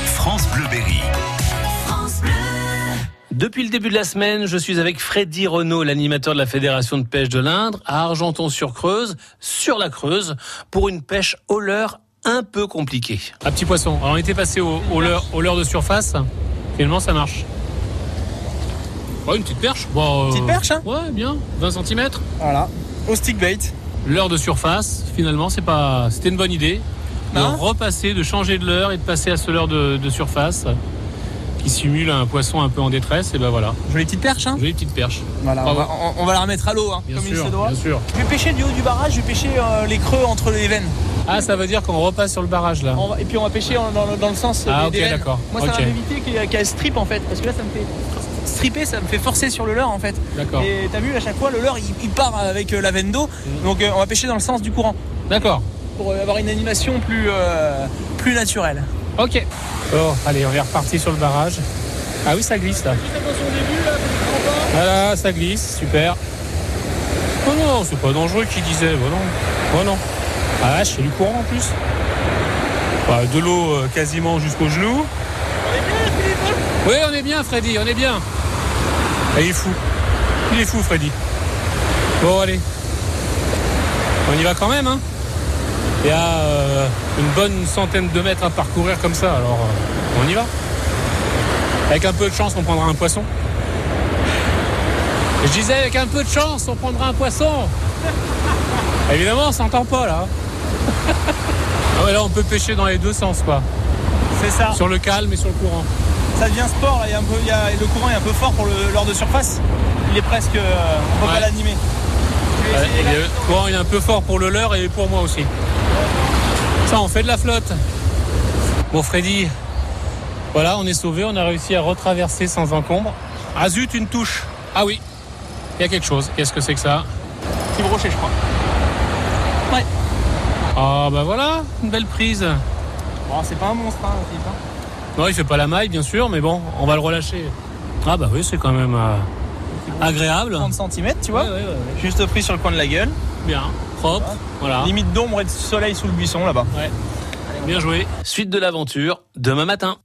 France Bleu Berry. Depuis le début de la semaine, je suis avec Freddy Renault, l'animateur de la Fédération de pêche de l'Indre, à Argenton-sur-Creuse, sur la Creuse, pour une pêche au leurre un peu compliquée. À petit poisson. Alors, on était passé au, au leurre, au leurre de surface. Finalement, ça marche. Ouais, une petite perche. Bon, euh, Petite perche, hein Ouais, bien. 20 cm. Voilà, au stick bait. L'heure de surface, finalement, c'est pas, c'était une bonne idée de Non repasser, de changer de leurre et de passer à ce leurre de, de surface qui simule un poisson un peu en détresse. Et ben voilà, Jolie petite perche, hein jolie petite perche. Voilà, on Bravo. va, on- on va la remettre à l'eau, hein, Bien comme il sûr, se doit. bien sûr. Je vais pêcher du haut du barrage, je vais pêcher euh, les creux entre les veines. Ah, ça veut dire qu'on repasse sur le barrage là. On va- et puis on va pêcher en- dans, le- dans le sens Ah, des, ok, des veines. d'accord. Moi, ça Ok. va m'éviter qu'il y ait- qu'il y ait strip en fait, parce que là, ça me fait stripper, ça me fait forcer sur le leurre en fait. D'accord. Mm. Et t'as vu, à chaque fois, le leurre, il, il part avec euh, la veine d'eau, donc euh, on va pêcher dans le sens du courant D'accord. pour euh, avoir une animation plus, euh, plus naturelle. Ok. Oh, allez, on est reparti sur le barrage. Ah oui, ça glisse là. Voilà, ça glisse, super. Oh non, c'est pas dangereux qui disait. Bah non. Oh non. Ah vache, c'est du courant en plus. Bah, de l'eau euh, quasiment jusqu'au genou. Oui, on est bien, Freddy, on est bien. Ah, il est fou. Il est fou, Freddy. Bon, allez. On y va quand même, hein. Il y a euh, une bonne centaine de mètres à parcourir comme ça, alors euh, on y va. Avec un peu de chance, on prendra un poisson. Je disais, avec un peu de chance, on prendra un poisson. Évidemment, on s'entend pas là. ah ouais, là, on peut pêcher dans les deux sens, quoi. C'est ça. Sur le calme et sur le courant. Ça devient sport, là, il y a un peu, il y a- le courant est un peu fort pour le leurre de surface. Il est presque. euh, on peut Ouais. pas l'animer. Je vais Ouais, essayer et là. le courant, il est un peu fort pour le leur et pour moi aussi. Ça, on fait de la flotte. Bon, Freddy, voilà, on est sauvé, on a réussi à retraverser sans encombre. Ah zut, une touche. Ah oui, il y a quelque chose. Qu'est-ce que c'est que ça Petit brochet, je crois. Ah bah voilà, une belle prise. Bon, c'est pas un monstre, hein, Philippe, hein. Non, il fait pas la maille, bien sûr, mais bon, on va le relâcher. Ah bah oui, c'est quand même euh, agréable. 30 cm, tu Ouais, vois. ouais, ouais, ouais. Ah. Juste pris sur le coin de la gueule. Bien, propre, voilà. Limite d'ombre et de soleil sous le buisson là-bas. Bien joué. Suite de l'aventure, demain matin.